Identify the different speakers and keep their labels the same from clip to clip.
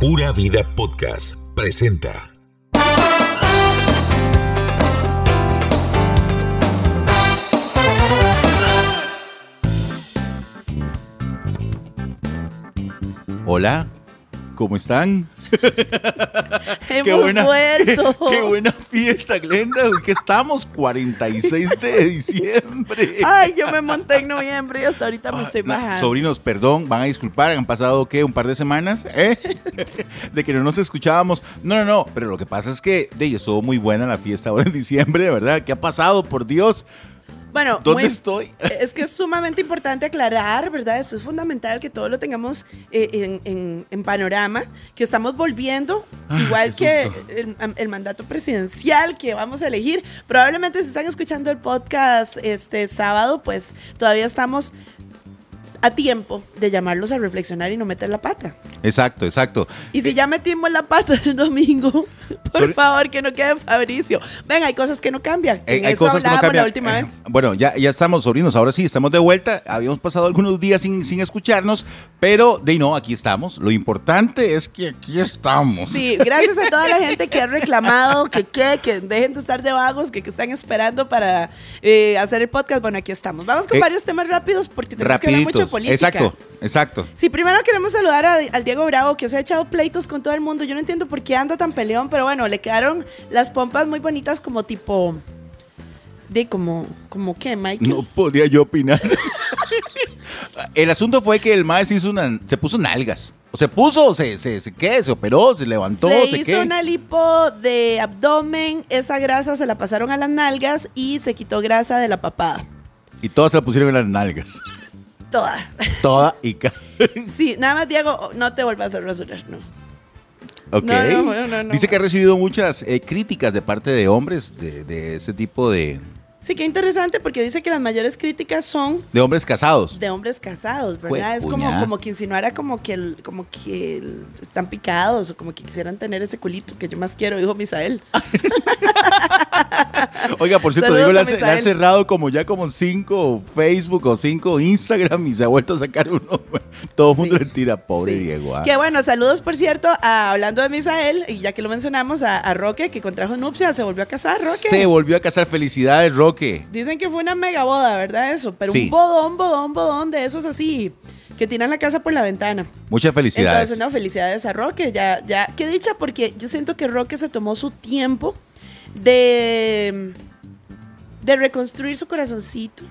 Speaker 1: Pura Vida Podcast presenta.
Speaker 2: Hola, ¿cómo están?
Speaker 3: Hemos
Speaker 2: qué,
Speaker 3: vuelto.
Speaker 2: qué buena fiesta, Glenda. ¿En qué estamos? 46 de diciembre. Ah,
Speaker 3: Ay, yo me monté en noviembre y hasta ahorita Ah, me estoy
Speaker 2: Na-
Speaker 3: bajando.
Speaker 2: sobrinos, perdón, van a disculpar, han pasado qué, un par de semanas, ¿eh? De que no nos escuchábamos. No, no, no, pero lo que pasa es que de estuvo muy buena la fiesta ahora en diciembre, de ¿verdad? ¿Qué ha pasado? Por Dios,
Speaker 3: Bueno,
Speaker 2: ¿dónde
Speaker 3: muy-
Speaker 2: estoy?
Speaker 3: es que es sumamente importante aclarar, ¿verdad? Eso es fundamental que todo lo tengamos eh, en, en- en panorama, que estamos volviendo, igual
Speaker 2: Ah, qué
Speaker 3: que
Speaker 2: susto.
Speaker 3: el, el mandato presidencial que vamos a elegir. Probablemente si están escuchando el podcast este sábado, pues todavía estamos a tiempo de llamarlos a reflexionar y no meter la pata.
Speaker 2: Exacto, exacto.
Speaker 3: Y si ya metimos la pata el domingo, por
Speaker 2: Sobre-
Speaker 3: favor, que no quede Fabricio. Ven, hay cosas que no cambian.
Speaker 2: Eh,
Speaker 3: En
Speaker 2: hay
Speaker 3: eso
Speaker 2: cosas que no
Speaker 3: hablábamos
Speaker 2: cambian.
Speaker 3: la última
Speaker 2: Eh,
Speaker 3: vez.
Speaker 2: Bueno, ya, ya estamos, sobrinos. Ahora sí, estamos de vuelta. Habíamos pasado algunos días sin, sin escucharnos, pero de no, aquí estamos. Lo importante es que aquí estamos.
Speaker 3: Sí, gracias a toda la gente que ha reclamado que qué, que dejen de estar de vagos, que, que están esperando para eh, hacer el podcast. Bueno, aquí estamos. Vamos con
Speaker 2: Eh,
Speaker 3: varios temas rápidos porque tenemos que hablar mucho de
Speaker 2: Rapiditos.
Speaker 3: política.
Speaker 2: Exacto, exacto.
Speaker 3: Sí, primero queremos saludar a- al Diego Bravo, que se ha echado pleitos con todo el mundo. Yo no entiendo por qué anda tan peleón, pero bueno, le quedaron las pompas muy bonitas como tipo... De como, como qué, Michael.
Speaker 2: No podía yo opinar. el asunto fue que el maestro hizo una, se puso nalgas. O se puso, se, se, se, ¿qué? Se operó, se levantó,
Speaker 3: se
Speaker 2: se,
Speaker 3: hizo
Speaker 2: qué.
Speaker 3: una lipo de abdomen, esa grasa se la pasaron a las nalgas y se quitó grasa de la papada.
Speaker 2: Y todas se la pusieron en las nalgas.
Speaker 3: Toda.
Speaker 2: Toda y ca-
Speaker 3: Sí, nada más, Diego, no te vuelvas a rasurar, no.
Speaker 2: Ok.
Speaker 3: No, no, no, no, no.
Speaker 2: Dice que ha recibido muchas eh, críticas de parte de hombres de, de ese tipo de,
Speaker 3: Sí, qué interesante porque dice que las mayores críticas son
Speaker 2: de hombres casados.
Speaker 3: de hombres casados,
Speaker 2: Jue-
Speaker 3: ¿verdad? Es como,
Speaker 2: puña.
Speaker 3: como que insinuara como que, el- como que el- están picados o como que quisieran tener ese culito que yo más quiero, dijo Misael.
Speaker 2: Oiga, por cierto,
Speaker 3: Saludos
Speaker 2: digo, le,
Speaker 3: a
Speaker 2: hace- le
Speaker 3: Misael.
Speaker 2: han cerrado como ya como cinco Facebook o cinco Instagram y se ha vuelto a sacar uno. Todo el mundo
Speaker 3: Sí.
Speaker 2: le tira, pobre
Speaker 3: Sí.
Speaker 2: Diego. ah.
Speaker 3: Que bueno, saludos por cierto, a- hablando de Misael, y ya que lo mencionamos, a, a Roque, que contrajo nupcias, se volvió a casar, Roque.
Speaker 2: Se volvió a casar. Felicidades, Roque.
Speaker 3: Dicen que fue una mega boda, ¿verdad? Eso, pero
Speaker 2: Sí.
Speaker 3: un bodón, bodón, bodón de esos así, que tiran la casa por la ventana.
Speaker 2: Muchas felicidades.
Speaker 3: Entonces, no, felicidades a Roque, ya, ya, qué dicha, porque yo siento que Roque se tomó su tiempo de, de reconstruir su corazoncito,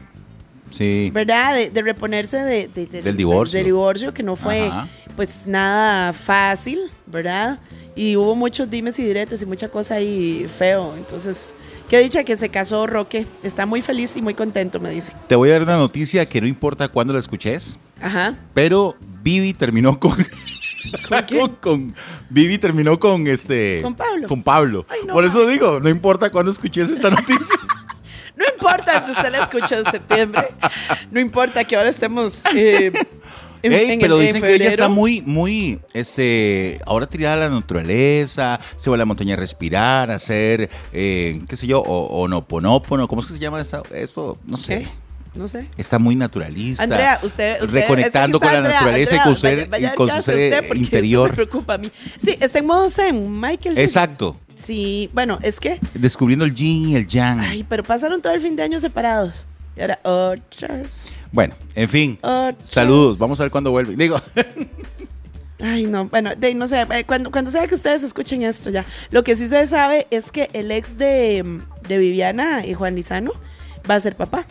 Speaker 2: Sí.
Speaker 3: ¿verdad? De, de reponerse de, de- de-
Speaker 2: Del divorcio.
Speaker 3: Del divorcio, que no fue
Speaker 2: Ajá.
Speaker 3: pues nada fácil, ¿verdad? Y hubo muchos dimes y diretes y mucha cosa ahí feo. Entonces, qué dicha que se casó Roque. Está muy feliz y muy contento, me dice.
Speaker 2: Te voy a dar una noticia que no importa cuándo la escuches,
Speaker 3: Ajá.
Speaker 2: pero Vivi terminó con.
Speaker 3: ¿Con quién?
Speaker 2: con, con- Vivi terminó con este.
Speaker 3: Con Pablo.
Speaker 2: Con Pablo.
Speaker 3: Ay, no,
Speaker 2: Por eso digo, no importa cuándo escuches esta noticia.
Speaker 3: No importa si usted la escuchó en septiembre. No importa que ahora estemos. eh, en-
Speaker 2: Ey,
Speaker 3: en-
Speaker 2: pero
Speaker 3: en
Speaker 2: dicen que ella está
Speaker 3: febrero.
Speaker 2: muy, muy, este, ahora tirada a la naturaleza, se va a la montaña a respirar, a hacer, eh, qué sé yo, o, onoponópono, ¿cómo es que se llama esa- eso? No sé.
Speaker 3: ¿Qué? ¿Eh? No sé.
Speaker 2: Está muy naturalista.
Speaker 3: Andrea, usted, usted-
Speaker 2: reconectando
Speaker 3: eso
Speaker 2: con
Speaker 3: que
Speaker 2: la
Speaker 3: está Andrea,
Speaker 2: naturaleza y
Speaker 3: Andrea,
Speaker 2: con su ser,
Speaker 3: vaya- vaya
Speaker 2: y con su
Speaker 3: al caso
Speaker 2: ser
Speaker 3: usted, porque eso
Speaker 2: interior.
Speaker 3: Me preocupa a mí. Sí, está en modo zen, Michael.
Speaker 2: Exacto.
Speaker 3: Sí, bueno, es que,
Speaker 2: Descubriendo el yin y el yang.
Speaker 3: ay, pero pasaron todo el fin de año separados. Y ahora otra vez,
Speaker 2: Bueno, en fin.
Speaker 3: otra
Speaker 2: Saludos, vamos a ver cuándo vuelve. Digo,
Speaker 3: Ay, no, bueno, de, no sé, eh, cuando, cuando sea que ustedes escuchen esto ya, lo que sí se sabe es que el ex de, mm, de Viviana y Juan Lizano va a ser papá.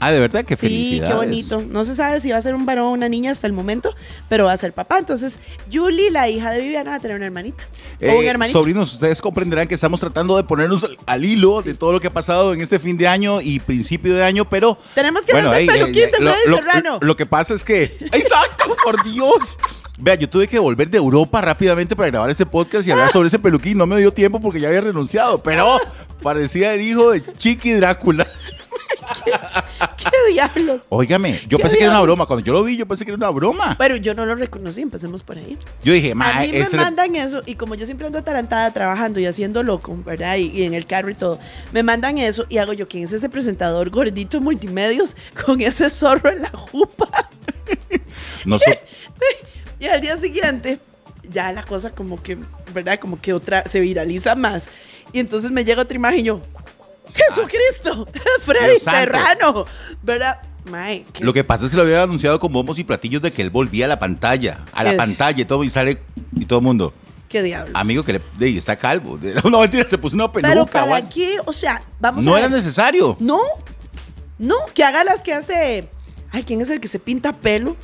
Speaker 2: ah, de verdad que
Speaker 3: Sí,
Speaker 2: felicidades.
Speaker 3: qué bonito. No se sabe si va a ser un varón o una niña hasta el momento, pero va a ser papá. Entonces, Julie, la hija de Viviana, va a tener una hermanita. o un
Speaker 2: Eh,
Speaker 3: hermanito.
Speaker 2: sobrinos, ustedes comprenderán que estamos tratando de ponernos al, al hilo de todo lo que ha pasado en este fin de año y principio de año, pero.
Speaker 3: Tenemos que meter
Speaker 2: ey,
Speaker 3: peluquín
Speaker 2: ey,
Speaker 3: de
Speaker 2: lo-
Speaker 3: Freddy
Speaker 2: lo,
Speaker 3: Serrano.
Speaker 2: lo que pasa es que. ¡Exacto! ¡Por Dios! Vea, yo tuve que volver de Europa rápidamente para grabar este podcast y hablar
Speaker 3: Ah.
Speaker 2: sobre ese peluquín. No me dio tiempo porque ya había renunciado, pero parecía el hijo de Chiqui Drácula.
Speaker 3: ¿Qué diablos?
Speaker 2: Óigame, yo
Speaker 3: ¿Qué
Speaker 2: pensé que era una
Speaker 3: diablos?
Speaker 2: broma. Cuando yo lo vi, yo pensé que era una broma.
Speaker 3: Pero yo no lo reconocí, empecemos por ahí.
Speaker 2: Yo dije,
Speaker 3: Pues, A
Speaker 2: ma,
Speaker 3: mí me
Speaker 2: ese le-
Speaker 3: mandan eso, y como yo siempre ando atarantada trabajando y haciendo loco, ¿verdad? Y, y en el carro y todo, me mandan eso y hago yo, ¿quién es ese presentador gordito en multimedios con ese zorro en la jupa?
Speaker 2: no so-
Speaker 3: Y al día siguiente ya la cosa como que, ¿verdad? Como que otra se viraliza más. Y entonces me llega otra imagen y yo, Jesucristo, Freddy
Speaker 2: Ah. Dios santo.
Speaker 3: Serrano, ¿verdad? Mae, qué
Speaker 2: Lo que pasa es que lo habían anunciado con bombos y platillos de que él volvía a la pantalla, a la
Speaker 3: Eh.
Speaker 2: pantalla y todo, y sale y todo el mundo.
Speaker 3: ¿Qué diablos?
Speaker 2: Amigo que le, de- está calvo. No, mentira, se puso una peluca.
Speaker 3: Pero para
Speaker 2: guau.
Speaker 3: qué, o sea, vamos
Speaker 2: no
Speaker 3: a
Speaker 2: era
Speaker 3: ver.
Speaker 2: necesario.
Speaker 3: No, no, que haga las que hace. Ay, ¿quién es el que se pinta pelo?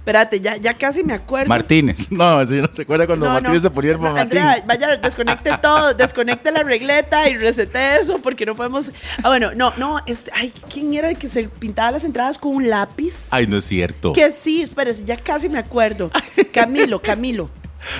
Speaker 3: Espérate, ya, ya casi me acuerdo.
Speaker 2: Martínez. No, ese ya no se acuerda cuando
Speaker 3: No,
Speaker 2: Martínez
Speaker 3: no.
Speaker 2: se ponía el
Speaker 3: No,
Speaker 2: mamatín.
Speaker 3: Andrea, vaya, desconecte todo, desconecte la regleta y resete eso porque no podemos. Ah, bueno, no, no, es, ay, ¿quién era el que se pintaba las entradas con un lápiz?
Speaker 2: Ay, no es cierto.
Speaker 3: Que sí, espérese, ya casi me acuerdo. Camilo, Camilo.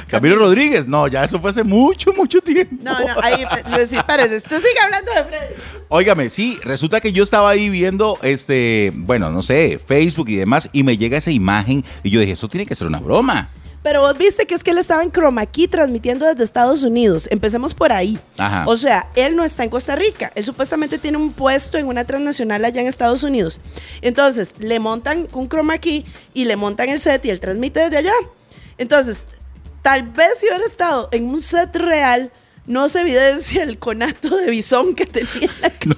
Speaker 2: Camilo Rodríguez. No, ya eso fue hace mucho, mucho tiempo.
Speaker 3: No, no, ahí, sí, espérese, usted sigue hablando de Freddy.
Speaker 2: Óigame, sí, resulta que yo estaba ahí viendo, este, bueno, no sé, Facebook y demás, y me llega esa imagen y yo dije, eso tiene que ser una broma.
Speaker 3: Pero vos viste que es que él estaba en Chroma Key transmitiendo desde Estados Unidos. Empecemos por ahí.
Speaker 2: Ajá.
Speaker 3: O sea, él no está en Costa Rica. Él supuestamente tiene un puesto en una transnacional allá en Estados Unidos. Entonces, le montan un Chroma Key y le montan el set y él transmite desde allá. Entonces, tal vez si hubiera estado en un set real, no se evidencia el conato de bisón que tenía en la casa.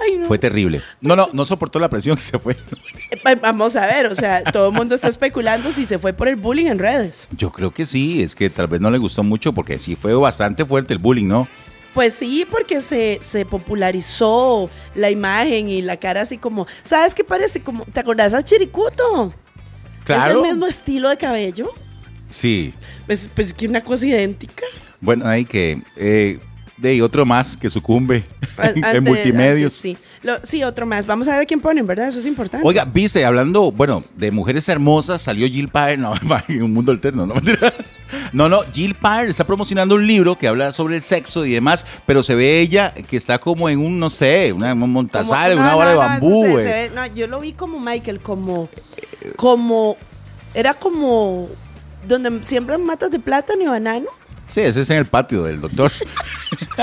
Speaker 3: Ay, no.
Speaker 2: Fue terrible. No, no, no soportó la presión que se fue.
Speaker 3: Eh, va- Vamos a ver, o sea, todo el mundo está especulando si se fue por el bullying en redes.
Speaker 2: Yo creo que sí, es que tal vez no le gustó mucho porque sí fue bastante fuerte el bullying, ¿no?
Speaker 3: Pues sí, porque se, se popularizó la imagen y la cara así como, ¿sabes qué parece? Como, ¿Te acordás a Chiricuto?
Speaker 2: Claro.
Speaker 3: Es el mismo estilo de cabello.
Speaker 2: Sí.
Speaker 3: Pues, pues que una cosa idéntica.
Speaker 2: Bueno, hay que. Eh, de ahí otro más que sucumbe
Speaker 3: An-
Speaker 2: en,
Speaker 3: ante-
Speaker 2: multimedios.
Speaker 3: ante- sí. Lo- sí, otro más. Vamos a ver quién ponen, ¿verdad? Eso es importante.
Speaker 2: Oiga, viste, hablando, bueno, de mujeres hermosas, salió Jill Pyre, no, en un mundo alterno, no mentira. No, no, Jill Pyre está promocionando un libro que habla sobre el sexo y demás, pero se ve ella que está como en un, no sé, una un
Speaker 3: Como-
Speaker 2: montazal,
Speaker 3: no,
Speaker 2: una
Speaker 3: no,
Speaker 2: vara de
Speaker 3: no, eso
Speaker 2: bambú.
Speaker 3: se-
Speaker 2: güey.
Speaker 3: se ve- no, yo lo vi como Michael, como, como, era como donde siembran matas de plátano y banano.
Speaker 2: Sí, ese es en el patio del doctor.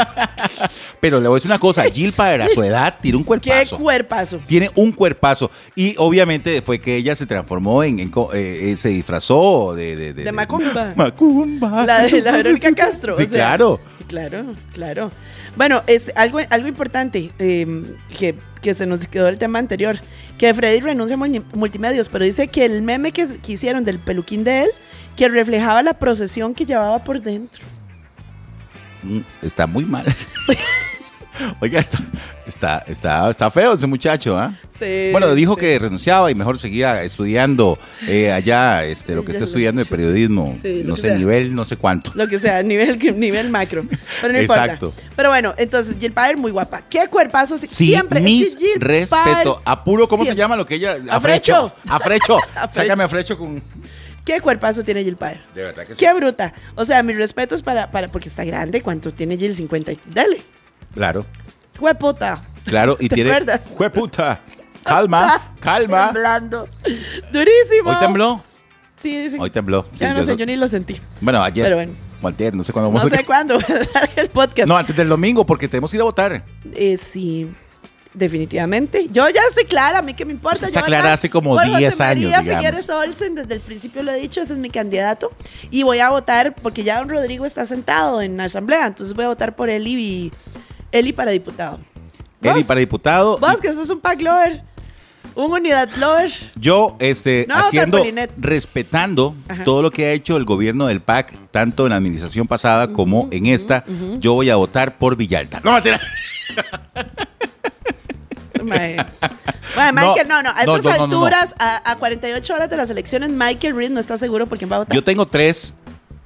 Speaker 2: pero le voy a decir una cosa, Jill Pyre a su edad tiene un
Speaker 3: ¡Qué
Speaker 2: cuerpazo.
Speaker 3: cuerpazo!
Speaker 2: tiene un cuerpazo y obviamente fue que ella se transformó en, en co- eh, eh, se disfrazó de de,
Speaker 3: De Macumba.
Speaker 2: Macumba.
Speaker 3: La de la Verónica Castro. o
Speaker 2: Sí,
Speaker 3: sea.
Speaker 2: claro.
Speaker 3: Claro, claro. Bueno, es algo, algo importante eh, que, que se nos quedó el tema anterior, que Freddy renuncia a multi- multimedios, pero dice que el meme que, que hicieron del peluquín de él, que reflejaba la procesión que llevaba por dentro.
Speaker 2: Mm, Está muy mal. Oiga, está, está, está, está feo ese muchacho, ¿ah?
Speaker 3: Eh,
Speaker 2: Bueno, dijo que renunciaba y mejor seguía estudiando eh, allá, este, lo que
Speaker 3: Ya
Speaker 2: está
Speaker 3: sé.
Speaker 2: estudiando de periodismo,
Speaker 3: Sí, lo
Speaker 2: no
Speaker 3: que
Speaker 2: sé,
Speaker 3: sea.
Speaker 2: nivel, no sé cuánto.
Speaker 3: Lo que sea, nivel, nivel macro. Pero no
Speaker 2: Exacto.
Speaker 3: importa. Pero bueno, entonces Jill Pader muy guapa. Qué cuerpazo. si-
Speaker 2: Sí,
Speaker 3: siempre. es que
Speaker 2: mis
Speaker 3: Jill Pader-
Speaker 2: respeto. Apuro, ¿cómo se
Speaker 3: siempre.
Speaker 2: llama lo que ella?
Speaker 3: Afrecho.
Speaker 2: Afrecho.
Speaker 3: Afrecho.
Speaker 2: Sácame afrecho con.
Speaker 3: Qué cuerpazo tiene Jill Pader.
Speaker 2: De verdad que sí.
Speaker 3: Qué bruta. O sea, mis respetos para, para. Porque está grande. ¿Cuánto tiene Jill? 50. y- Dale.
Speaker 2: Claro.
Speaker 3: Hueputa.
Speaker 2: Claro, y
Speaker 3: ¿Te
Speaker 2: tiene.
Speaker 3: acuerdas?
Speaker 2: ¡Jueputa! Calma, calma.
Speaker 3: Temblando. Durísimo.
Speaker 2: Hoy tembló.
Speaker 3: Sí, dicen.
Speaker 2: Hoy tembló. Sí,
Speaker 3: Ya no
Speaker 2: yo
Speaker 3: sé,
Speaker 2: so-
Speaker 3: yo ni lo sentí.
Speaker 2: Bueno, ayer.
Speaker 3: Pero bueno.
Speaker 2: O antier, no sé cuándo
Speaker 3: No
Speaker 2: vamos a-
Speaker 3: sé cuándo salga el podcast.
Speaker 2: No, antes del domingo, porque tenemos que ir a votar.
Speaker 3: Eh, sí, definitivamente. Yo ya soy clara, a mí que me importa.
Speaker 2: Usted Pues está
Speaker 3: Yo
Speaker 2: clara
Speaker 3: acá
Speaker 2: hace como
Speaker 3: por José
Speaker 2: 10 años,
Speaker 3: María
Speaker 2: digamos.
Speaker 3: Figueres Olsen, desde el principio lo he dicho, ese es mi candidato. Y voy a votar, porque ya don Rodrigo está sentado en la asamblea, entonces voy a votar por Eli, y- Eli para diputado. ¿Vos?
Speaker 2: Eli para diputado.
Speaker 3: Vos, que sos un pack lover, un unidad lover.
Speaker 2: Yo, este,
Speaker 3: No,
Speaker 2: haciendo,
Speaker 3: Carpolinet.
Speaker 2: respetando
Speaker 3: Ajá.
Speaker 2: todo lo que ha hecho el gobierno del PAC, tanto en la administración pasada como en esta, yo voy a votar por Villalta. No, mentira.
Speaker 3: Mae. Mae, Michael, no, no, a
Speaker 2: No,
Speaker 3: esas
Speaker 2: no, no, no, no.
Speaker 3: alturas, A, a 48 horas de las elecciones, Michael Reed no está seguro por quién va a votar.
Speaker 2: Yo tengo tres,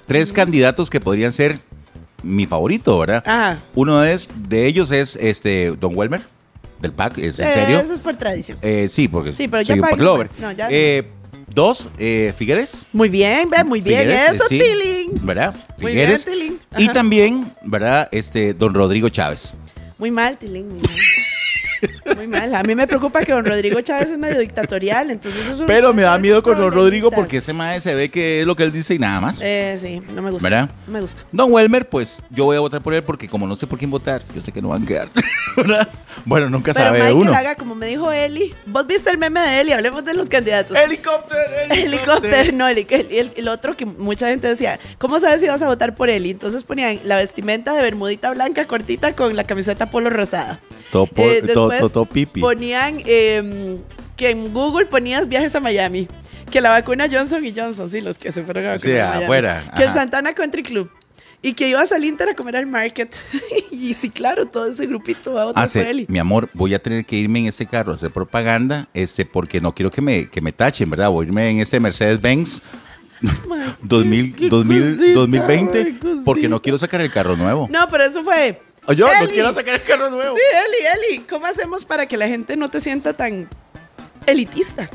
Speaker 2: tres candidatos que podrían ser mi favorito, ¿verdad?
Speaker 3: Ajá.
Speaker 2: Uno de, es- de ellos es este Don Welmer, del PAC, ¿es en
Speaker 3: Eh,
Speaker 2: serio?
Speaker 3: Eso es por tradición.
Speaker 2: Eh, sí, porque
Speaker 3: Sí, pero ya
Speaker 2: soy un
Speaker 3: para-
Speaker 2: Pac Lover.
Speaker 3: no, ya-
Speaker 2: Eh, dos, eh, Figueres.
Speaker 3: Muy bien, ve, muy bien.
Speaker 2: Figueres,
Speaker 3: Eso,
Speaker 2: eh, sí,
Speaker 3: Tilling.
Speaker 2: ¿Verdad?
Speaker 3: Muy
Speaker 2: Figueres.
Speaker 3: bien, Tilín. Ajá.
Speaker 2: Y también, ¿verdad? Este, don Rodrigo Chávez.
Speaker 3: Muy mal, Tilín, muy mal. Muy mal. A mí me preocupa que don Rodrigo Chávez es medio dictatorial, entonces eso es un-
Speaker 2: Pero me da miedo con don Rodrigo
Speaker 3: problemitas.
Speaker 2: porque ese mae se ve que es lo que él dice y nada más.
Speaker 3: Eh, sí, no me gusta.
Speaker 2: ¿Verdad?
Speaker 3: No me gusta.
Speaker 2: Don Welmer, pues yo voy a votar por él porque como no sé por quién votar, yo sé que no van a quedar. ¿verdad? Bueno, nunca
Speaker 3: Pero
Speaker 2: sabe
Speaker 3: Michael
Speaker 2: uno.
Speaker 3: haga como me dijo Eli. Vos viste el meme de Eli, hablemos de los candidatos.
Speaker 2: Helicóptero,
Speaker 3: Helicóptero, no, el, el- el- el otro que mucha gente decía, ¿cómo sabes si vas a votar por Eli? Entonces ponían la vestimenta de bermudita blanca cortita con la camiseta polo rosada.
Speaker 2: Topo,
Speaker 3: Eh,
Speaker 2: to-
Speaker 3: después
Speaker 2: to- to- pipi.
Speaker 3: Ponían eh, que en Google ponías viajes a Miami, que la vacuna Johnson y Johnson, sí, los que se fueron a vacunar.
Speaker 2: sea,
Speaker 3: a Miami.
Speaker 2: afuera,
Speaker 3: Que el
Speaker 2: ajá.
Speaker 3: Santana Country Club. Y que ibas al Inter a comer al market. y sí, claro, todo ese grupito va a votar
Speaker 2: Hace,
Speaker 3: por Eli.
Speaker 2: mi amor, voy a tener que irme en ese carro a hacer propaganda, este, porque no quiero que me, que me tachen, ¿verdad? Voy a irme en ese Mercedes-Benz
Speaker 3: Ma,
Speaker 2: 2000,
Speaker 3: qué
Speaker 2: 2000,
Speaker 3: cosita,
Speaker 2: 2020,
Speaker 3: ay, cosita.
Speaker 2: porque no quiero sacar el carro nuevo.
Speaker 3: No, pero eso fue.
Speaker 2: O Yo no
Speaker 3: Eli.
Speaker 2: quiero sacar el carro nuevo.
Speaker 3: Sí, Eli, Eli, ¿cómo hacemos para que la gente no te sienta tan elitista?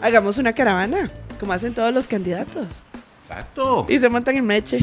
Speaker 3: Hagamos una caravana, como hacen todos los candidatos.
Speaker 2: Exacto.
Speaker 3: Y se montan en meche.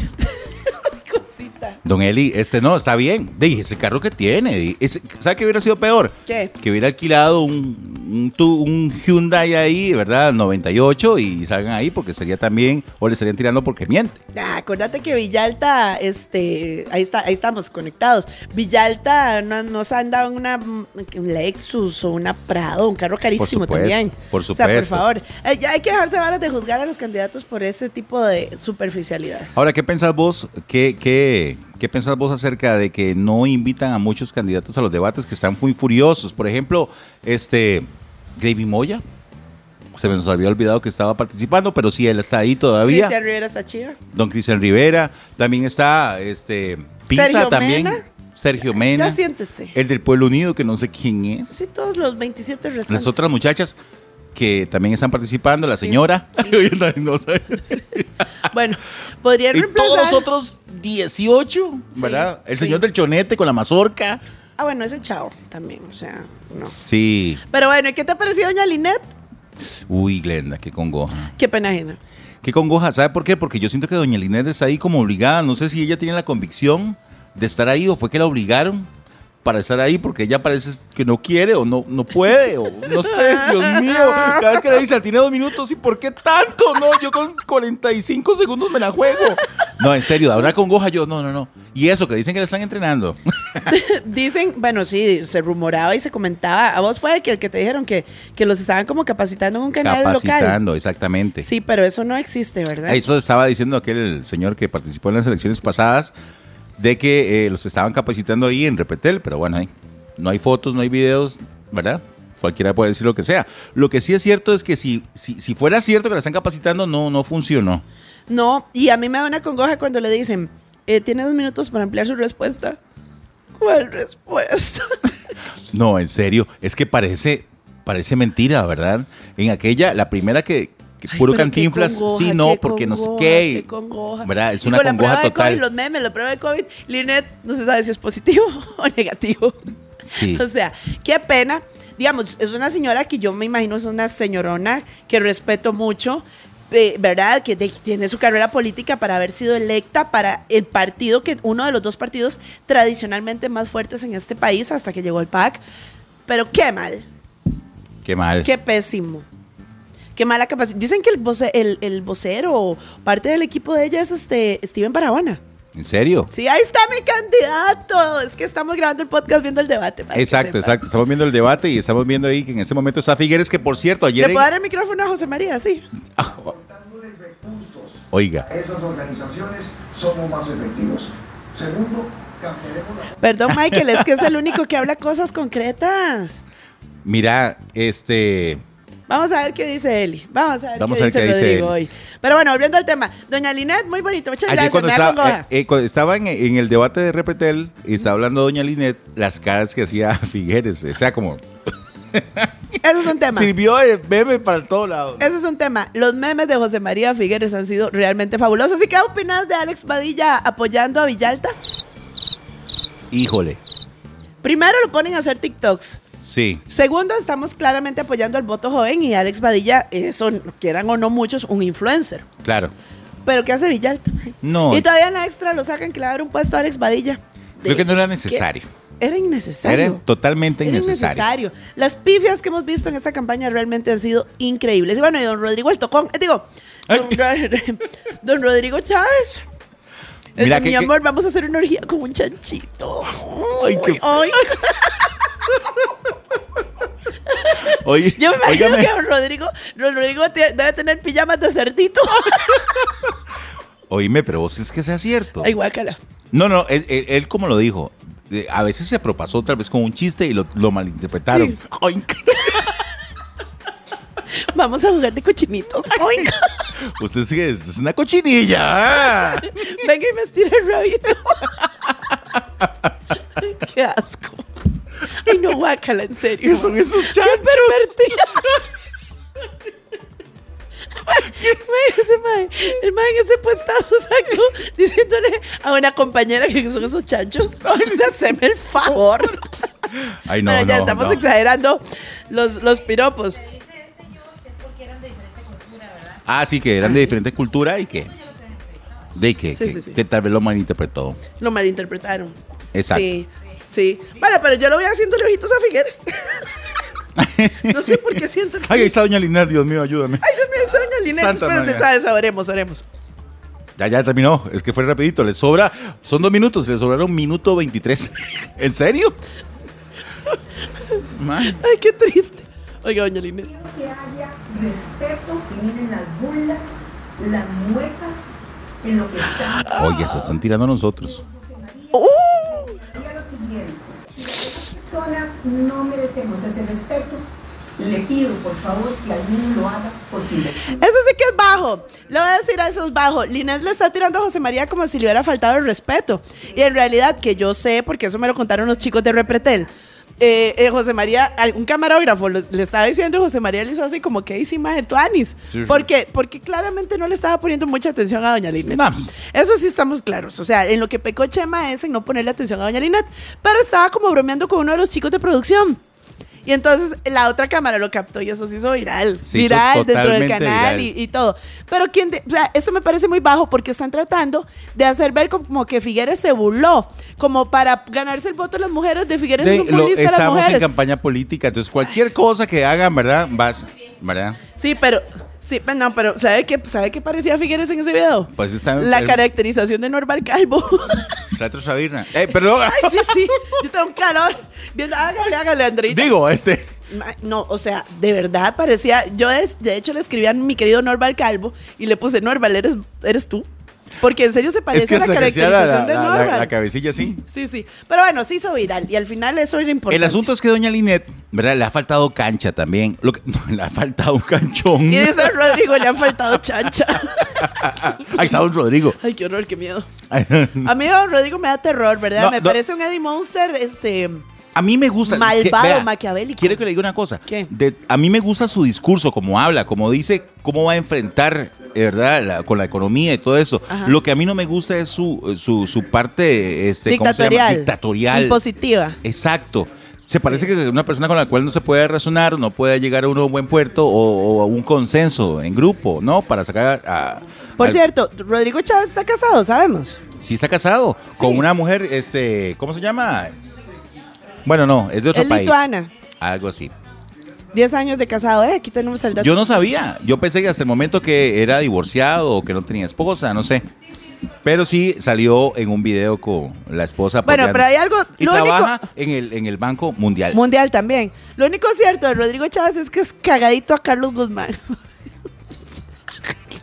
Speaker 3: Cosita.
Speaker 2: Don Eli, este no, está bien. Dije, ese carro que tiene. di, ese- ¿Sabe qué hubiera sido peor?
Speaker 3: ¿Qué?
Speaker 2: Que hubiera alquilado un, un, tu- un Hyundai ahí, ¿verdad? 98 y salgan ahí porque sería también, o le estarían tirando porque miente.
Speaker 3: Ah, acuérdate que Villalta, este, ahí está, ahí estamos conectados. Villalta no- nos han dado una mm, un Lexus o una Prado, un carro carísimo
Speaker 2: Por supuesto,
Speaker 3: también.
Speaker 2: por
Speaker 3: O sea, por
Speaker 2: supuesto.
Speaker 3: favor, eh, ya hay que dejarse varas de juzgar a los candidatos por ese tipo de superficialidades.
Speaker 2: Ahora, ¿qué pensás vos? ¿Qué, qué, qué pensás vos acerca de que no invitan a muchos candidatos a los debates que están muy furiosos? Por ejemplo, este, Gravy Moya. Se nos había olvidado que estaba participando, pero sí, él está ahí todavía.
Speaker 3: Cristian Rivera está chiva.
Speaker 2: Don Cristian Rivera, también está este Pisa
Speaker 3: Sergio
Speaker 2: también,
Speaker 3: Mena.
Speaker 2: Sergio Mena,
Speaker 3: Ya siéntese.
Speaker 2: el del Pueblo Unido que no sé quién es,
Speaker 3: Sí, todos los 27 restantes.
Speaker 2: las otras muchachas que también están participando, la señora, No sé.
Speaker 3: Bueno, podrían
Speaker 2: y
Speaker 3: reemplazar.
Speaker 2: todos los otros 18,
Speaker 3: Sí,
Speaker 2: ¿verdad? El
Speaker 3: sí.
Speaker 2: señor del chonete con la mazorca.
Speaker 3: Ah, bueno, ese chao también, o sea, no.
Speaker 2: Sí,
Speaker 3: Pero bueno, ¿y qué te ha parecido, doña Linet?
Speaker 2: uy Glenda, qué congoja.
Speaker 3: Qué pena ajena.
Speaker 2: Qué congoja, ¿sabe por qué? Porque yo siento que doña Linet está ahí como obligada, no sé si ella tiene la convicción de estar ahí o fue que la obligaron para estar ahí porque ella parece que no quiere o no, no puede o no sé, Dios mío, cada vez que le dice, tiene dos minutos y ¿por qué tanto? No, yo con 45 segundos me la juego. No, en serio, ahora congoja yo, no, no, no. Y eso, que dicen que la están entrenando.
Speaker 3: Dicen, bueno, sí, se rumoraba y se comentaba. A vos fue que el que te dijeron que, que los estaban como capacitando en un canal local.
Speaker 2: Capacitando, exactamente.
Speaker 3: Sí, pero eso no existe, ¿verdad?
Speaker 2: Eso estaba diciendo aquel señor que participó en las elecciones pasadas de que eh, los estaban capacitando ahí en Repetel, pero bueno, ahí no hay fotos, no hay videos, ¿verdad? Cualquiera puede decir lo que sea. Lo que sí es cierto es que si, si, si fuera cierto que la están capacitando, no, no funcionó.
Speaker 3: No, y a mí me da una congoja cuando le dicen, eh, tiene dos minutos para ampliar su respuesta. ¿Cuál respuesta?
Speaker 2: No, en serio, es que parece, parece mentira, ¿verdad? En aquella, la primera que, que
Speaker 3: Ay,
Speaker 2: puro
Speaker 3: pero qué
Speaker 2: cantinflas,
Speaker 3: congoja,
Speaker 2: sí,
Speaker 3: qué
Speaker 2: no, porque no sé
Speaker 3: congoja,
Speaker 2: qué.
Speaker 3: congoja.
Speaker 2: ¿Verdad? Es
Speaker 3: Y
Speaker 2: una
Speaker 3: con la
Speaker 2: congoja
Speaker 3: prueba De
Speaker 2: total.
Speaker 3: COVID, los memes, la prueba de COVID, Linet no se sabe si es positivo o negativo.
Speaker 2: Sí.
Speaker 3: O sea, qué pena. Digamos, es una señora que yo me imagino es una señorona que respeto mucho, eh, ¿verdad? Que de- tiene su carrera política para haber sido electa para el partido, que uno de los dos partidos tradicionalmente más fuertes en este país hasta que llegó el PAC. Pero qué mal,
Speaker 2: Qué mal.
Speaker 3: Qué pésimo. Qué mala capacidad. Dicen que el, voce- el, el vocero, o parte del equipo de ella es este Steven Parabona.
Speaker 2: ¿En serio?
Speaker 3: Sí, ahí está mi candidato. Es que estamos grabando el podcast viendo el debate. para que
Speaker 2: Exacto,
Speaker 3: sepa.
Speaker 2: exacto. Estamos viendo el debate y estamos viendo ahí que en este momento está Figueres, que por cierto,
Speaker 3: ¿Le
Speaker 2: ayer.
Speaker 3: puedo dar el micrófono a José María? Sí.
Speaker 4: Dándole recursos
Speaker 2: Oiga,
Speaker 4: a esas organizaciones somos más efectivos. Segundo, cambiaremos la
Speaker 3: Perdón, Michael, es que es el único que habla cosas concretas.
Speaker 2: mira, este.
Speaker 3: Vamos a ver qué dice Eli. Vamos a ver
Speaker 2: Vamos a
Speaker 3: qué
Speaker 2: ver
Speaker 3: dice
Speaker 2: qué dice
Speaker 3: Rodrigo
Speaker 2: Eli.
Speaker 3: hoy. Pero bueno, volviendo al tema. Doña Linet, muy bonito. Muchas
Speaker 2: Ayer
Speaker 3: gracias.
Speaker 2: cuando
Speaker 3: me da
Speaker 2: estaba,
Speaker 3: congoja.
Speaker 2: eh, eh, cuando estaba en, en el debate de Repetel y estaba hablando Doña Linet, las caras que hacía Figueres, o sea, como. eh,
Speaker 3: Eso es un tema.
Speaker 2: Sirvió de meme para todo lado.
Speaker 3: Eso es un tema. Los memes de José María Figueres han sido realmente fabulosos. ¿Y qué opinas de Alex Padilla apoyando a Villalta?
Speaker 2: Híjole,
Speaker 3: Primero lo ponen a hacer TikToks.
Speaker 2: sí.
Speaker 3: Segundo, estamos claramente apoyando al voto joven y Alex Padilla, eso quieran o no muchos, un influencer.
Speaker 2: Claro.
Speaker 3: Pero ¿qué hace Villalta?
Speaker 2: No.
Speaker 3: Y todavía en la extra lo sacan que le va a dar un puesto a Alex Padilla.
Speaker 2: Creo que no era necesario.
Speaker 3: era innecesario.
Speaker 2: Era totalmente
Speaker 3: Era
Speaker 2: innecesario.
Speaker 3: innecesario. Las pifias que hemos visto en esta campaña realmente han sido increíbles. Y bueno, y don Rodrigo el Tocón, eh, digo, don, Ro- don Rodrigo Chávez.
Speaker 2: Mira
Speaker 3: Mira
Speaker 2: que-
Speaker 3: Eh,
Speaker 2: que-
Speaker 3: mi amor, vamos a hacer una orgía con un chanchito.
Speaker 2: Ay, qué-
Speaker 3: Ay,
Speaker 2: Oye,
Speaker 3: yo me imagino
Speaker 2: óigame,
Speaker 3: que don Rodrigo, don Rodrigo te- debe tener pijamas de cerdito.
Speaker 2: oíme, pero vos es que sea cierto.
Speaker 3: Ay, guácala.
Speaker 2: No, no, él, él- él como lo dijo, eh, a veces se propasó tal vez con un chiste y lo, lo malinterpretaron. Oink.
Speaker 3: Vamos a jugar de cochinitos. Ay,
Speaker 2: Usted sí es, es una cochinilla. ah.
Speaker 3: venga y me estira el rabito. Qué asco. Ay, no, guácala, en serio.
Speaker 2: ¿Qué son esos
Speaker 3: ¡Qué
Speaker 2: chanchos?
Speaker 3: pervertida! Mae, ese mae, el mae en ese puestazo exacto diciéndole a una compañera que son esos chanchos. O sea, haceme el favor.
Speaker 2: Ay, no,
Speaker 3: Bueno, ya
Speaker 2: no,
Speaker 3: estamos
Speaker 2: no.
Speaker 3: exagerando los, los piropos.
Speaker 5: dice el señor que es porque eran de diferente cultura, ¿verdad?
Speaker 2: Ah, sí, que eran de diferente cultura y que... De que,
Speaker 3: Sí,
Speaker 2: que-
Speaker 3: sí, sí.
Speaker 2: que tal vez lo malinterpretó.
Speaker 3: Lo malinterpretaron.
Speaker 2: Exacto.
Speaker 3: Sí, sí. Vale, pero yo lo voy haciendo ojitos a Figueres. No sé por qué siento que.
Speaker 2: Ay, ahí está Doña Linar, Dios mío, ayúdame.
Speaker 3: Ay, Dios mío, esta doña Linet.
Speaker 2: Santa
Speaker 3: Espérense,
Speaker 2: María.
Speaker 3: ¿sabes? Oremos, oremos.
Speaker 2: Ya, ya terminó. Es que fue rapidito. Le sobra... Son dos minutos. Le sobraron minuto 23. ¿En serio? Ma.
Speaker 3: Ay, qué triste. Oiga, doña Linet.
Speaker 6: Quiero que haya respeto, que miren las burlas, las muecas, en lo que están.
Speaker 2: Oye, se están tirando a nosotros.
Speaker 3: ¡Oh!
Speaker 6: Diga lo siguiente, si las personas no merecemos ese respeto, le pido por favor que al niño lo haga por su vecino.
Speaker 3: Eso sí que es bajo. Le voy a decir a esos bajo. Linés le está tirando a José María como si le hubiera faltado el respeto. Y en realidad, que yo sé, porque eso me lo contaron los chicos de Repretel. eh, eh, José María, algún camarógrafo lo- le estaba diciendo, y José María le hizo así como que encima de Tuanis.
Speaker 2: Sí, sí.
Speaker 3: Porque, porque claramente no le estaba poniendo mucha atención a Doña Linet.
Speaker 2: No, pues.
Speaker 3: Eso sí estamos claros. O sea, en lo que pecó Chema es en no ponerle atención a Doña Linet. Pero estaba como bromeando con uno de los chicos de producción. Y entonces la otra cámara lo captó y eso se hizo viral.
Speaker 2: Se hizo
Speaker 3: viral dentro del
Speaker 2: totalmente
Speaker 3: canal y,
Speaker 2: viral.
Speaker 3: y todo. Pero quien de- o sea, eso me parece muy bajo porque están tratando de hacer ver como que Figueres se burló, como para ganarse el voto de las mujeres de Figueres es
Speaker 2: De-
Speaker 3: un
Speaker 2: lo-
Speaker 3: populista de las
Speaker 2: estamos en
Speaker 3: mujeres.
Speaker 2: campaña política, entonces cualquier cosa que hagan, ¿verdad? Vas, ¿verdad?
Speaker 3: Sí, pero sí, pero no, pero ¿sabe qué sabe qué parecía Figueres en ese video?
Speaker 2: Pues está
Speaker 3: la
Speaker 2: el-
Speaker 3: caracterización de Norval Calvo.
Speaker 2: Teatro Sabina. Eh, perdón.
Speaker 3: Ay, sí, sí. Yo tengo un calor. Viendo, hágale, hágale, Andreita.
Speaker 2: Digo, este.
Speaker 3: Ma- No, o sea, de verdad parecía. Yo, de, de hecho, le escribí a mi querido Norval Calvo y le puse: Norval, eres, eres tú. Porque en serio se parece
Speaker 2: Es que
Speaker 3: a la
Speaker 2: se crecía la, la,
Speaker 3: caracterización de
Speaker 2: la-
Speaker 3: Norval.
Speaker 2: la cabecilla así.
Speaker 3: sí, sí. Pero bueno, se hizo viral y al final eso era importante.
Speaker 2: El asunto es que doña Linet, ¿verdad? Le ha faltado cancha también. Lo que- no, le ha faltado un canchón.
Speaker 3: Y dice Rodrigo: le han faltado chancha.
Speaker 2: Ahí está don Rodrigo.
Speaker 3: Ay, qué horror, qué miedo. A mí, don Rodrigo, me da terror, ¿verdad?
Speaker 2: No,
Speaker 3: me
Speaker 2: no.
Speaker 3: parece un Eddie Monster, este.
Speaker 2: A mí me gusta.
Speaker 3: Malvado, maquiavélico.
Speaker 2: Quiero que le diga una cosa.
Speaker 3: ¿Qué?
Speaker 2: De- a mí me gusta su discurso, cómo habla, cómo dice, cómo va a enfrentar, eh, ¿verdad? la- con la economía y todo eso.
Speaker 3: Ajá.
Speaker 2: Lo que a mí no me gusta es su, eh, su, su parte este, ¿cómo se llama?
Speaker 3: dictatorial.
Speaker 2: Dictatorial.
Speaker 3: Impositiva.
Speaker 2: Exacto. Se parece que es una persona con la cual no se puede razonar, no puede llegar a uno a un buen puerto o, o a un consenso en grupo, ¿no? Para sacar a...
Speaker 3: Por
Speaker 2: al-
Speaker 3: cierto, Rodrigo Chávez está casado, sabemos.
Speaker 2: Sí está casado con una mujer, este, ¿cómo se llama? Bueno, no, es de otro
Speaker 3: Es
Speaker 2: país.
Speaker 3: lituana.
Speaker 2: Algo así.
Speaker 3: 10 años de casado, ¿eh? Aquí tenemos el dato.
Speaker 2: Yo no sabía. Yo pensé que hasta el momento que era divorciado o que no tenía esposa, no sé. Pero sí salió en un video con la esposa.
Speaker 3: Bueno,
Speaker 2: apoyando.
Speaker 3: pero hay algo-
Speaker 2: Y
Speaker 3: lo
Speaker 2: trabaja en, el, en el Banco Mundial.
Speaker 3: Mundial también. Lo único cierto de Rodrigo Chávez es que es cagadito a Carlos Guzmán.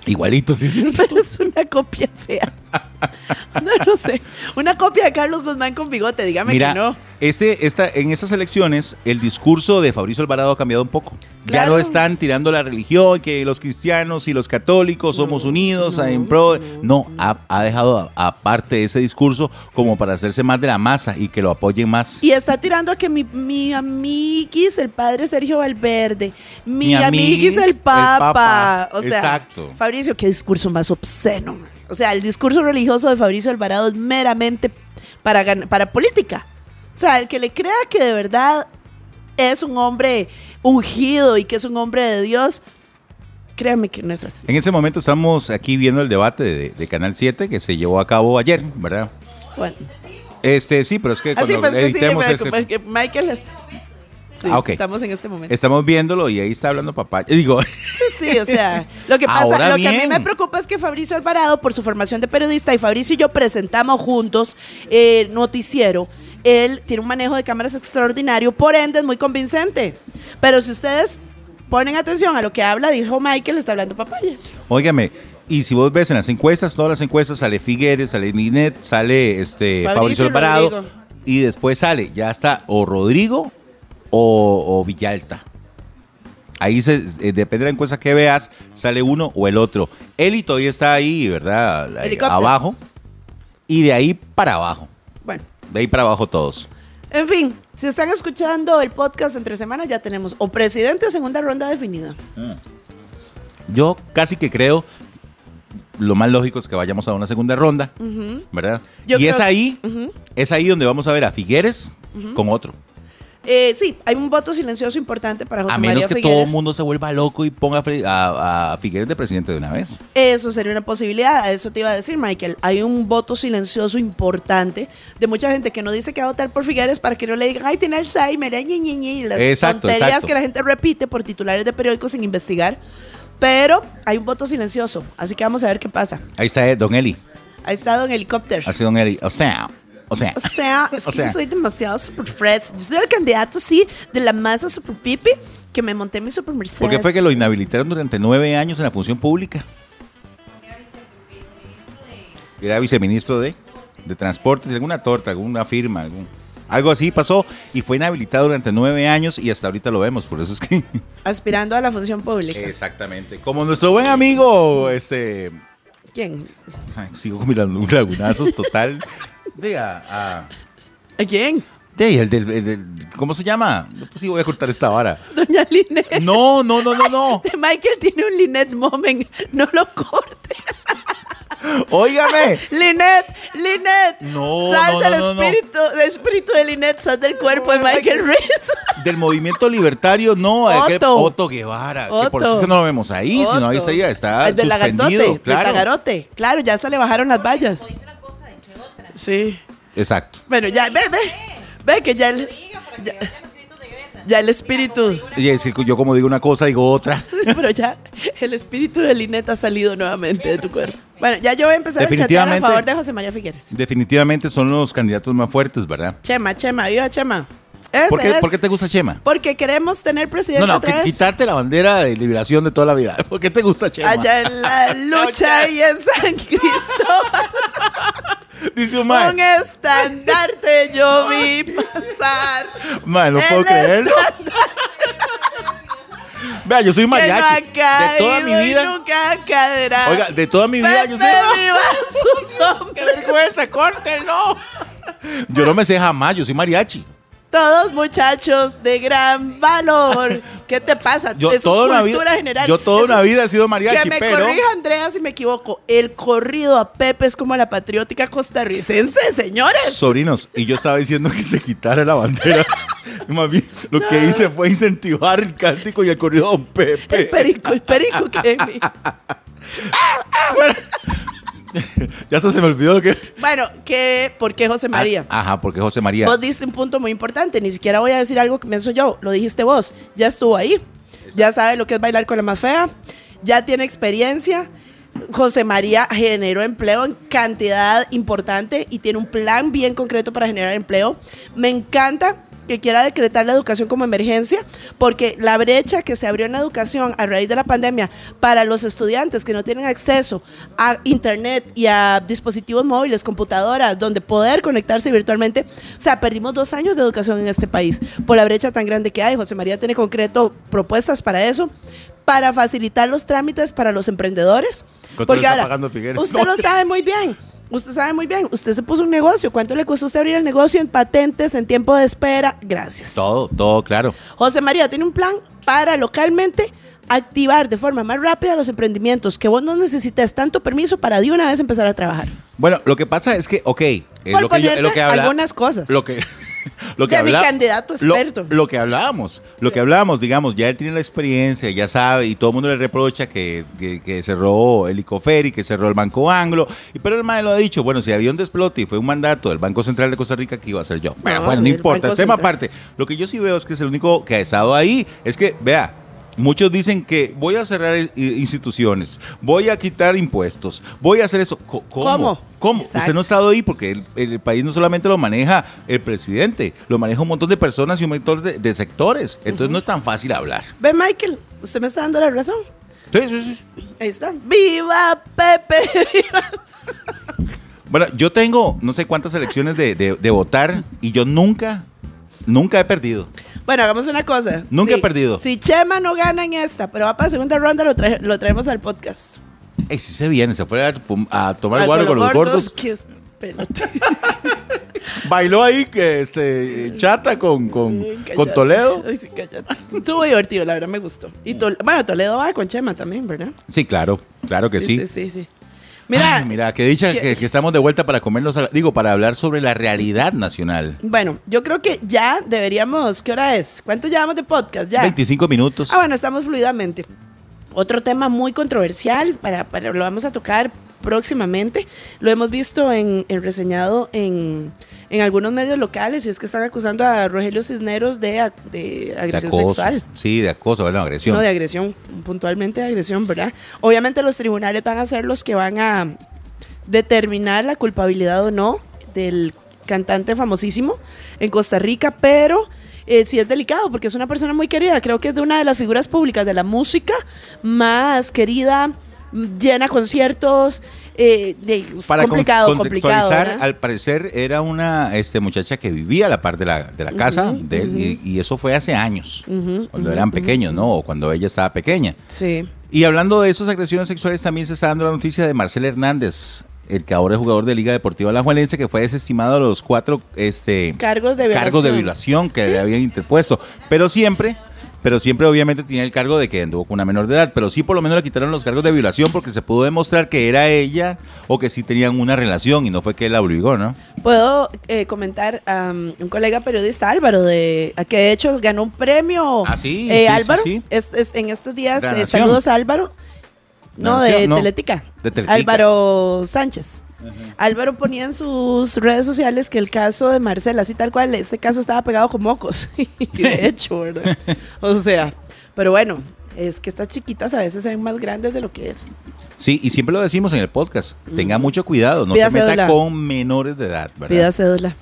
Speaker 2: Igualito, sí, es cierto.
Speaker 3: Pero es una copia fea. No, no sé. Una copia de Carlos Guzmán con bigote, dígame
Speaker 2: Mira,
Speaker 3: que no.
Speaker 2: este, esta, en estas elecciones el discurso de Fabrizio Alvarado ha cambiado un poco. Ya
Speaker 3: Claro.
Speaker 2: no están tirando la religión, que los cristianos y los católicos somos unidos en pro. de- No, ha, ha dejado a- aparte ese discurso como para hacerse más de la masa y que lo apoyen más.
Speaker 3: Y está tirando a que mi, mi amiguis, el padre Sergio Valverde, mi,
Speaker 2: Mi amiguis,
Speaker 3: amiguis,
Speaker 2: el
Speaker 3: el papa.
Speaker 2: papa.
Speaker 3: O sea,
Speaker 2: Exacto.
Speaker 3: Fabricio, qué discurso más obsceno. man. O sea, el discurso religioso de Fabricio Alvarado es meramente para, gan- para política. O sea, el que le crea que de verdad es un hombre ungido y que es un hombre de Dios, créame que no es así.
Speaker 2: En ese momento estamos aquí viendo el debate de, de Canal 7 que se llevó a cabo ayer, ¿verdad?
Speaker 3: Bueno,
Speaker 2: Este, sí, pero es que
Speaker 3: Así
Speaker 2: cuando
Speaker 3: pues que sí,
Speaker 2: editemos
Speaker 3: pero
Speaker 2: este-
Speaker 3: porque Michael es- Sí,
Speaker 2: Ah, ok.
Speaker 3: estamos en este momento.
Speaker 2: Estamos viéndolo y ahí está hablando papá. Digo,
Speaker 3: Sí, o sea, lo que pasa,
Speaker 2: Ahora
Speaker 3: lo que a mí
Speaker 2: bien.
Speaker 3: me preocupa es que Fabricio Alvarado, por su formación de periodista, y Fabricio y yo presentamos juntos eh, noticiero. Él tiene un manejo de cámaras extraordinario, por ende es muy convincente. Pero si ustedes ponen atención a lo que habla, dijo Michael, está hablando papaya.
Speaker 2: óigame, y si vos ves en las encuestas, todas las encuestas, sale Figueres, sale Ninet, sale este
Speaker 3: Fabricio
Speaker 2: Fabricio Alvarado,
Speaker 3: Rodrigo.
Speaker 2: y después sale, ya está, o Rodrigo o, o Villalta. Ahí se, eh, depende de la encuesta que veas, sale uno o el otro. Eli todavía está ahí, ¿verdad? Eh,
Speaker 3: Helicóptero.
Speaker 2: Abajo. Y de ahí para abajo.
Speaker 3: Bueno,
Speaker 2: De ahí para abajo todos.
Speaker 3: en fin, si están escuchando el podcast entre semanas, ya tenemos o presidente o segunda ronda definida.
Speaker 2: Yo casi que creo lo más lógico es que vayamos a una segunda ronda, ¿verdad?
Speaker 3: Yo
Speaker 2: y
Speaker 3: creo
Speaker 2: es
Speaker 3: que-
Speaker 2: ahí, es ahí donde vamos a ver a Figueres con otro.
Speaker 3: Eh, sí, hay un voto silencioso importante para José
Speaker 2: a menos
Speaker 3: María
Speaker 2: que
Speaker 3: Figueres.
Speaker 2: todo el mundo se vuelva loco y ponga a Fre- a, a Figueres de presidente de una vez.
Speaker 3: Eso sería una posibilidad, a eso te iba a decir, Michael. Hay un voto silencioso importante de mucha gente que no dice que va a votar por Figueres para que no le digan, ay, tiene Alzheimer, ay, ñi, ñi, ñi", y las
Speaker 2: Exacto,
Speaker 3: tonterías
Speaker 2: exacto.
Speaker 3: que la gente repite por titulares de periódicos sin investigar. Pero hay un voto silencioso, así que vamos a ver qué pasa.
Speaker 2: Ahí está eh, Don Eli.
Speaker 3: Ha estado en helicóptero.
Speaker 2: Así Don Eli. O sea, o sea.
Speaker 3: O sea, es
Speaker 2: O
Speaker 3: que
Speaker 2: sea.
Speaker 3: yo soy demasiado super fresh. Yo soy el candidato, sí, de la masa super pipi que me monté en mi super Mercedes.
Speaker 2: ¿Por qué fue que lo inhabilitaron durante nueve años en la función pública? Era viceministro de, de Transportes, alguna torta, alguna firma, algún- algo así pasó y fue inhabilitado durante nueve años y hasta ahorita lo vemos, por eso es que...
Speaker 3: Aspirando a la función pública.
Speaker 2: Exactamente. Como nuestro buen amigo, este...
Speaker 3: ¿Quién?
Speaker 2: ay, Sigo con mis lagun- lagunazos total. De a... a-
Speaker 3: ¿A quién?
Speaker 2: de, el del, el del- ¿Cómo se llama? No, pues sí, voy a cortar esta vara.
Speaker 3: Doña Linet.
Speaker 2: No, no, no, no, no.
Speaker 3: Michael tiene un Linet moment. No lo corte.
Speaker 2: Óigame.
Speaker 3: Linet, Linet.
Speaker 2: No,
Speaker 3: Sal
Speaker 2: no,
Speaker 3: del
Speaker 2: no, no, no.
Speaker 3: espíritu, del espíritu de Linet, sal del cuerpo de Michael Reese.
Speaker 2: del movimiento libertario, no,
Speaker 3: Otto.
Speaker 2: aquel Otto Guevara, que por
Speaker 3: Otto.
Speaker 2: eso es que no lo vemos ahí, sino ahí estaría, está
Speaker 3: El del lagartote,
Speaker 2: suspendido,
Speaker 3: del
Speaker 2: claro.
Speaker 3: tagarote. Claro, ya se le bajaron las vallas.
Speaker 5: O dice una cosa, dice otra.
Speaker 3: Sí.
Speaker 2: Exacto.
Speaker 3: Bueno, ya, ve, ve. Ve que ya el,
Speaker 5: Diga para que
Speaker 3: ya,
Speaker 5: vean los gritos de Greta.
Speaker 3: ya el espíritu.
Speaker 2: Y es que yo como digo una cosa, digo otra.
Speaker 3: Pero ya el espíritu de Linet ha salido nuevamente de tu cuerpo. Bueno, ya yo voy a empezar a chatear a
Speaker 2: Definitivamente.
Speaker 3: favor de José María Figueres.
Speaker 2: Definitivamente son los candidatos más fuertes, ¿verdad?
Speaker 3: Chema, Chema, viva Chema. Ese
Speaker 2: ¿Por qué,
Speaker 3: es.
Speaker 2: por qué te gusta Chema?
Speaker 3: Porque queremos tener presidente
Speaker 2: No, no,
Speaker 3: otra
Speaker 2: qui-
Speaker 3: vez.
Speaker 2: quitarte la bandera de liberación de toda la vida. ¿Por qué te gusta Chema?
Speaker 3: Allá en la lucha y en San Cristóbal
Speaker 2: Dice un
Speaker 3: un
Speaker 2: man,
Speaker 3: estandarte yo vi pasar.
Speaker 2: man, no puedo
Speaker 3: el
Speaker 2: creerlo. Vea, yo soy
Speaker 3: Que no ha
Speaker 2: mariachi.
Speaker 3: caído
Speaker 2: De toda mi
Speaker 3: y
Speaker 2: vida,
Speaker 3: nunca caerá.
Speaker 2: oiga, de toda mi vida yo soy...
Speaker 3: Pepe, viva sus
Speaker 2: ¡Qué
Speaker 3: hombres.
Speaker 2: vergüenza! ¡Córtenlo! Yo no me sé jamás, yo soy mariachi.
Speaker 3: Todos muchachos de gran valor. ¿Qué te pasa?
Speaker 2: Yo
Speaker 3: Eso es
Speaker 2: toda una
Speaker 3: cultura
Speaker 2: vida.
Speaker 3: general.
Speaker 2: Yo toda
Speaker 3: Eso
Speaker 2: una
Speaker 3: es-
Speaker 2: vida he sido
Speaker 3: que
Speaker 2: mariachi,
Speaker 3: me
Speaker 2: pero.
Speaker 3: corrija Andrea si me equivoco. El corrido a Pepe es como la patriótica costarricense, señores.
Speaker 2: Sobrinos, y yo estaba diciendo que se quitara la bandera. Más bien, lo que hice fue incentivar el cántico y el corrido de Don
Speaker 3: El
Speaker 2: Pepe.
Speaker 3: perico, el perico que en mí.
Speaker 2: Ya hasta se me olvidó lo que.
Speaker 3: Bueno, ¿qué, ¿por qué José María?
Speaker 2: Ah, Ajá, porque José María.
Speaker 3: Vos diste un punto muy importante. Ni siquiera voy a decir algo que pienso yo. Lo dijiste vos. Ya estuvo ahí. Ya sabe lo que es bailar con la más fea. Ya tiene experiencia. José María generó empleo en cantidad importante y tiene un plan bien concreto para generar empleo. Me encanta que quiera decretar la educación como emergencia, porque la brecha que se abrió en la educación a raíz de la pandemia para los estudiantes que no tienen acceso a internet y a dispositivos móviles, computadoras, donde poder conectarse virtualmente, o sea, perdimos dos años de educación en este país por la brecha tan grande que hay. José María tiene concreto propuestas para eso, para facilitar los trámites para los emprendedores.
Speaker 2: ¿Cuánto
Speaker 3: Porque
Speaker 2: le está
Speaker 3: ahora,
Speaker 2: pagando Figueres?
Speaker 3: usted lo sabe muy bien. Usted sabe muy bien. Usted se puso un negocio. ¿Cuánto le costó usted abrir el negocio en patentes, en tiempo de espera? Gracias.
Speaker 2: Todo, todo, claro.
Speaker 3: José María tiene un plan para localmente activar de forma más rápida los emprendimientos, que vos no necesitas tanto permiso para de una vez empezar a trabajar.
Speaker 2: Bueno, lo que pasa es que, ok, es
Speaker 3: Por
Speaker 2: lo que, yo- es lo
Speaker 3: ponerte
Speaker 2: que habla.
Speaker 3: algunas cosas.
Speaker 2: Lo que. lo que
Speaker 3: De mi
Speaker 2: habla-
Speaker 3: candidato
Speaker 2: lo-
Speaker 3: experto.
Speaker 2: Lo, que hablábamos, lo que hablábamos, digamos, ya él tiene la experiencia, ya sabe, y todo el mundo le reprocha que, que- que cerró el Icoferi, que cerró el Banco Anglo, y, pero el maestro lo ha dicho, bueno, si había un desplote y fue un mandato del Banco Central de Costa Rica, que iba a ser yo. Pero
Speaker 3: No,
Speaker 2: bueno, no
Speaker 3: del
Speaker 2: importa,
Speaker 3: Banco
Speaker 2: el tema
Speaker 3: Central.
Speaker 2: aparte. Lo que yo sí veo es que es el único que ha estado ahí, es que, vea, Muchos dicen que voy a cerrar eh, instituciones, voy a quitar impuestos, voy a hacer eso. Co- ¿Cómo?
Speaker 3: ¿Cómo?
Speaker 2: ¿Cómo?
Speaker 3: Exacto.
Speaker 2: Usted no ha estado ahí porque el, el país no solamente lo maneja el presidente, lo maneja un montón de personas y un montón de, de sectores. Entonces no es tan fácil hablar.
Speaker 3: Ve, Michael, usted me está dando la razón.
Speaker 2: Sí, sí, sí.
Speaker 3: Ahí está. ¡Viva Pepe! ¡Viva!
Speaker 2: Bueno, yo tengo no sé cuántas elecciones de, de- de votar y yo nunca, nunca he perdido.
Speaker 3: Bueno, hagamos una cosa.
Speaker 2: Nunca
Speaker 3: Sí,
Speaker 2: he perdido.
Speaker 3: Si Chema no gana en esta, pero va para segunda ronda, lo, trae- lo traemos al podcast.
Speaker 2: Ey, sí se viene, se fue a, pum- a tomar
Speaker 3: Al
Speaker 2: guaro con los
Speaker 3: Colomortos,
Speaker 2: gordos.
Speaker 3: que es pelota.
Speaker 2: Bailó ahí que este, chata con, con, con
Speaker 3: Cállate.
Speaker 2: Toledo.
Speaker 3: Ay, sí, cállate. Estuvo divertido, la verdad me gustó. Y Tol- bueno, Toledo va con Chema también, ¿verdad?
Speaker 2: Sí, claro, claro que sí.
Speaker 3: Sí, sí, sí. Mira,
Speaker 2: Ay, mira, que dicha
Speaker 3: que-
Speaker 2: que, que estamos de vuelta para comernos, a la- digo, para hablar sobre la realidad nacional.
Speaker 3: bueno, yo creo que ya deberíamos. ¿Qué hora es? ¿Cuánto llevamos de podcast? Ya.
Speaker 2: 25 minutos.
Speaker 3: Ah, bueno, estamos fluidamente. Otro tema muy controversial, para, para- lo vamos a tocar próximamente. Lo hemos visto en, en reseñado en, en algunos medios locales, y es que están acusando a Rogelio Cisneros de, ac- de
Speaker 2: de
Speaker 3: agresión
Speaker 2: acoso.
Speaker 3: sexual.
Speaker 2: Sí, de acoso, bueno, agresión.
Speaker 3: No, de agresión, puntualmente de agresión, ¿verdad? Obviamente los tribunales van a ser los que van a determinar la culpabilidad o no del cantante famosísimo en Costa Rica, pero eh, sí es delicado porque es una persona muy querida, creo que es de una de las figuras públicas de la música más querida, m- llena conciertos, eh, de-
Speaker 2: con-
Speaker 3: complicado, complicado.
Speaker 2: contextualizar,
Speaker 3: ¿verdad?
Speaker 2: al parecer era una este, muchacha que vivía a la par de la, de la casa
Speaker 3: Ujú,
Speaker 2: de él, y- y, eso fue hace años,
Speaker 3: Ujú,
Speaker 2: cuando
Speaker 3: ujú,
Speaker 2: eran
Speaker 3: ujú.
Speaker 2: pequeños, ¿no? O cuando ella estaba pequeña.
Speaker 3: Sí.
Speaker 2: Y hablando de esas agresiones sexuales, también se está dando la noticia de Marcel Hernández, el que ahora es jugador de Liga Deportiva Alajuelense, que fue desestimado a los cuatro este,
Speaker 3: Cargos de violación.
Speaker 2: cargos de violación que le habían interpuesto. Pero siempre, pero siempre obviamente tenía el cargo de que anduvo con una menor de edad. Pero sí por lo menos le quitaron los cargos de violación porque se pudo demostrar que era ella o que sí tenían una relación y no fue que él la obligó, ¿no?
Speaker 3: Puedo eh, comentar a un colega periodista Álvaro, de, a que de hecho ganó un premio.
Speaker 2: Ah, sí,
Speaker 3: eh,
Speaker 2: sí, sí,
Speaker 3: Álvaro,
Speaker 2: sí.
Speaker 3: Es, es- en estos días,
Speaker 2: La
Speaker 3: eh,
Speaker 2: Nación.
Speaker 3: saludos a Álvaro. No,
Speaker 2: La Nación,
Speaker 3: de
Speaker 2: no.
Speaker 3: Teletica.
Speaker 2: De Teletica.
Speaker 3: Álvaro Sánchez. Álvaro ponía en sus redes sociales que el caso de Marcela, así tal cual, ese caso estaba pegado con mocos. Y de hecho, ¿verdad? O sea, pero bueno, es que estas chiquitas a veces se ven más grandes de lo que es.
Speaker 2: Sí, y siempre lo decimos en el podcast.
Speaker 3: Mm.
Speaker 2: Tenga mucho cuidado, no
Speaker 3: Pida
Speaker 2: se meta
Speaker 3: cédula.
Speaker 2: con menores de edad, ¿verdad?
Speaker 3: Pida cédula.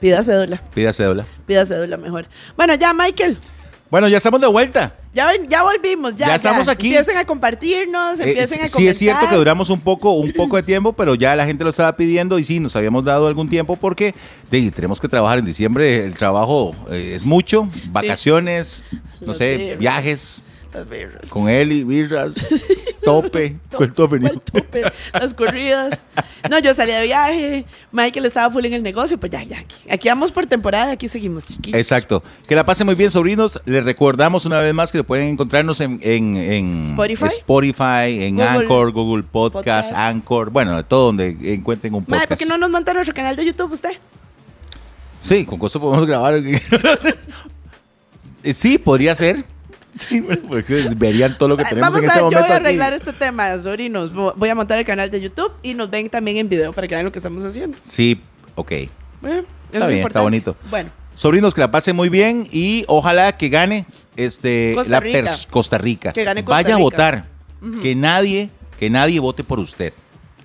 Speaker 3: Pida cédula.
Speaker 2: Pida cédula.
Speaker 3: Pida cédula mejor. Bueno, ya, Michael.
Speaker 2: Bueno, ya estamos de vuelta.
Speaker 3: Ya, ven- ya volvimos, ya,
Speaker 2: Ya estamos aquí.
Speaker 3: Empiecen a compartirnos,
Speaker 2: Eh,
Speaker 3: empiecen a comentar.
Speaker 2: sí es cierto que duramos un poco, un poco de tiempo, pero ya la gente lo estaba pidiendo y sí, nos habíamos dado algún tiempo porque de, tenemos que trabajar en diciembre, el trabajo eh, es mucho, vacaciones, no
Speaker 3: Lo
Speaker 2: sé,
Speaker 3: sé.
Speaker 2: viajes
Speaker 3: A ver,
Speaker 2: con Eli, birras, tope, con el tope.
Speaker 3: ¿cuál tope? Las corridas. No, yo salí de viaje, Michael estaba full en el negocio, pues ya, ya. Aquí, aquí vamos por temporada, aquí seguimos, chiquillos.
Speaker 2: Exacto. Que la pasen muy bien, sobrinos. Les recordamos una vez más que pueden encontrarnos en, en- en
Speaker 3: Spotify.
Speaker 2: Spotify, en
Speaker 3: Google
Speaker 2: Anchor, Google Podcast,
Speaker 3: Podcast.
Speaker 2: Anchor, bueno, de todo donde encuentren un
Speaker 3: Mae,
Speaker 2: podcast.
Speaker 3: ¿por qué no nos monta nuestro canal de YouTube usted?
Speaker 2: Sí, con costo podemos grabar. Eh, sí, podría ser. Sí, bueno, porque verían todo lo que
Speaker 3: Ah,
Speaker 2: tenemos
Speaker 3: Vamos
Speaker 2: en
Speaker 3: a
Speaker 2: este
Speaker 3: ver, yo voy
Speaker 2: momento.
Speaker 3: a
Speaker 2: aquí.
Speaker 3: arreglar este tema, sobrinos. Vo- Voy a montar el canal de YouTube y nos ven también en video para que vean lo que estamos haciendo.
Speaker 2: Sí, ok.
Speaker 3: Eh,
Speaker 2: Está
Speaker 3: eso es
Speaker 2: bien, está
Speaker 3: importante.
Speaker 2: bonito.
Speaker 3: Bueno,
Speaker 2: Sobrinos, que la pasen muy bien y ojalá que gane este,
Speaker 3: Costa
Speaker 2: la
Speaker 3: Rica.
Speaker 2: pers- Costa Rica.
Speaker 3: Que gane Costa
Speaker 2: Vaya a
Speaker 3: Rica.
Speaker 2: votar. Que nadie, que nadie vote por usted.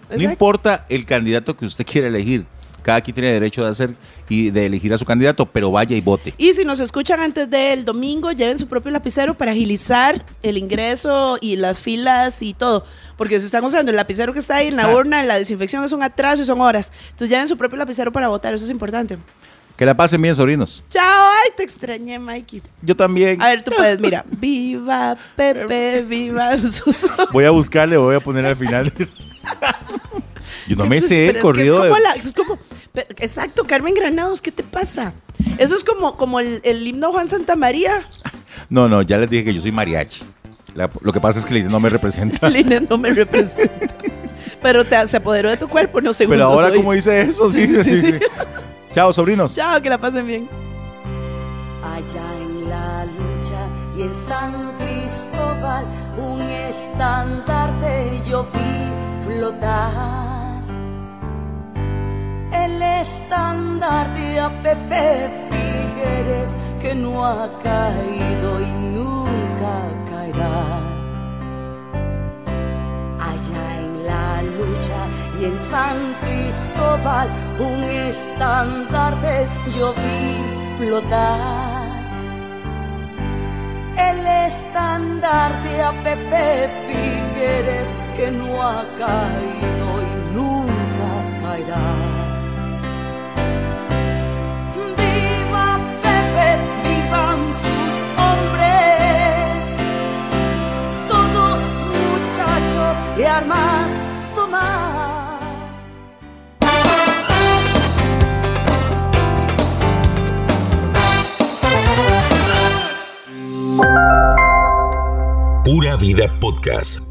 Speaker 2: No
Speaker 3: Exacto.
Speaker 2: importa el candidato que usted quiera elegir. Cada quien tiene derecho de hacer y de elegir a su candidato, pero vaya y vote.
Speaker 3: Y si nos escuchan antes del domingo, lleven su propio lapicero para agilizar el ingreso y las filas y todo. Porque si están usando el lapicero que está ahí en la
Speaker 2: Ah.
Speaker 3: urna, en la desinfección es un atraso y son horas. Entonces lleven su propio lapicero para votar, eso es importante.
Speaker 2: Que la pasen bien, sobrinos.
Speaker 3: Chao, ay, te extrañé, Mikey.
Speaker 2: Yo también.
Speaker 3: A ver, tú puedes, mira. Viva Pepe, viva Susana.
Speaker 2: Voy a buscarle, voy a poner al final. Yo no me sé
Speaker 3: Pero
Speaker 2: el
Speaker 3: es que
Speaker 2: corrido
Speaker 3: Es
Speaker 2: de-
Speaker 3: como, la- es como- pero- exacto, Carmen Granados, ¿qué te pasa? Eso es como, como el, el himno Juan Santa María.
Speaker 2: No, no, ya les dije que yo soy mariachi. La- lo que pasa es que Lidia no me representa.
Speaker 3: Lina no me representa. Pero te, se apoderó de tu cuerpo, no seguro.
Speaker 2: Pero ahora,
Speaker 3: soy.
Speaker 2: como dice eso, sí, sí, sí. Chao, sobrinos.
Speaker 3: Chao, que la pasen bien.
Speaker 7: allá en la lucha y en San Cristóbal un estandarte yo vi flotar. El estandarte a Pepe Figueres que no ha caído y nunca caerá allá en la lucha y en San Cristóbal un estandarte yo vi flotar. El estandarte a Pepe Figueres que no ha caído y nunca caerá. Viva Pepe, vivan sus hombres todos muchachos de armas tomar.
Speaker 1: Pura Vida Podcast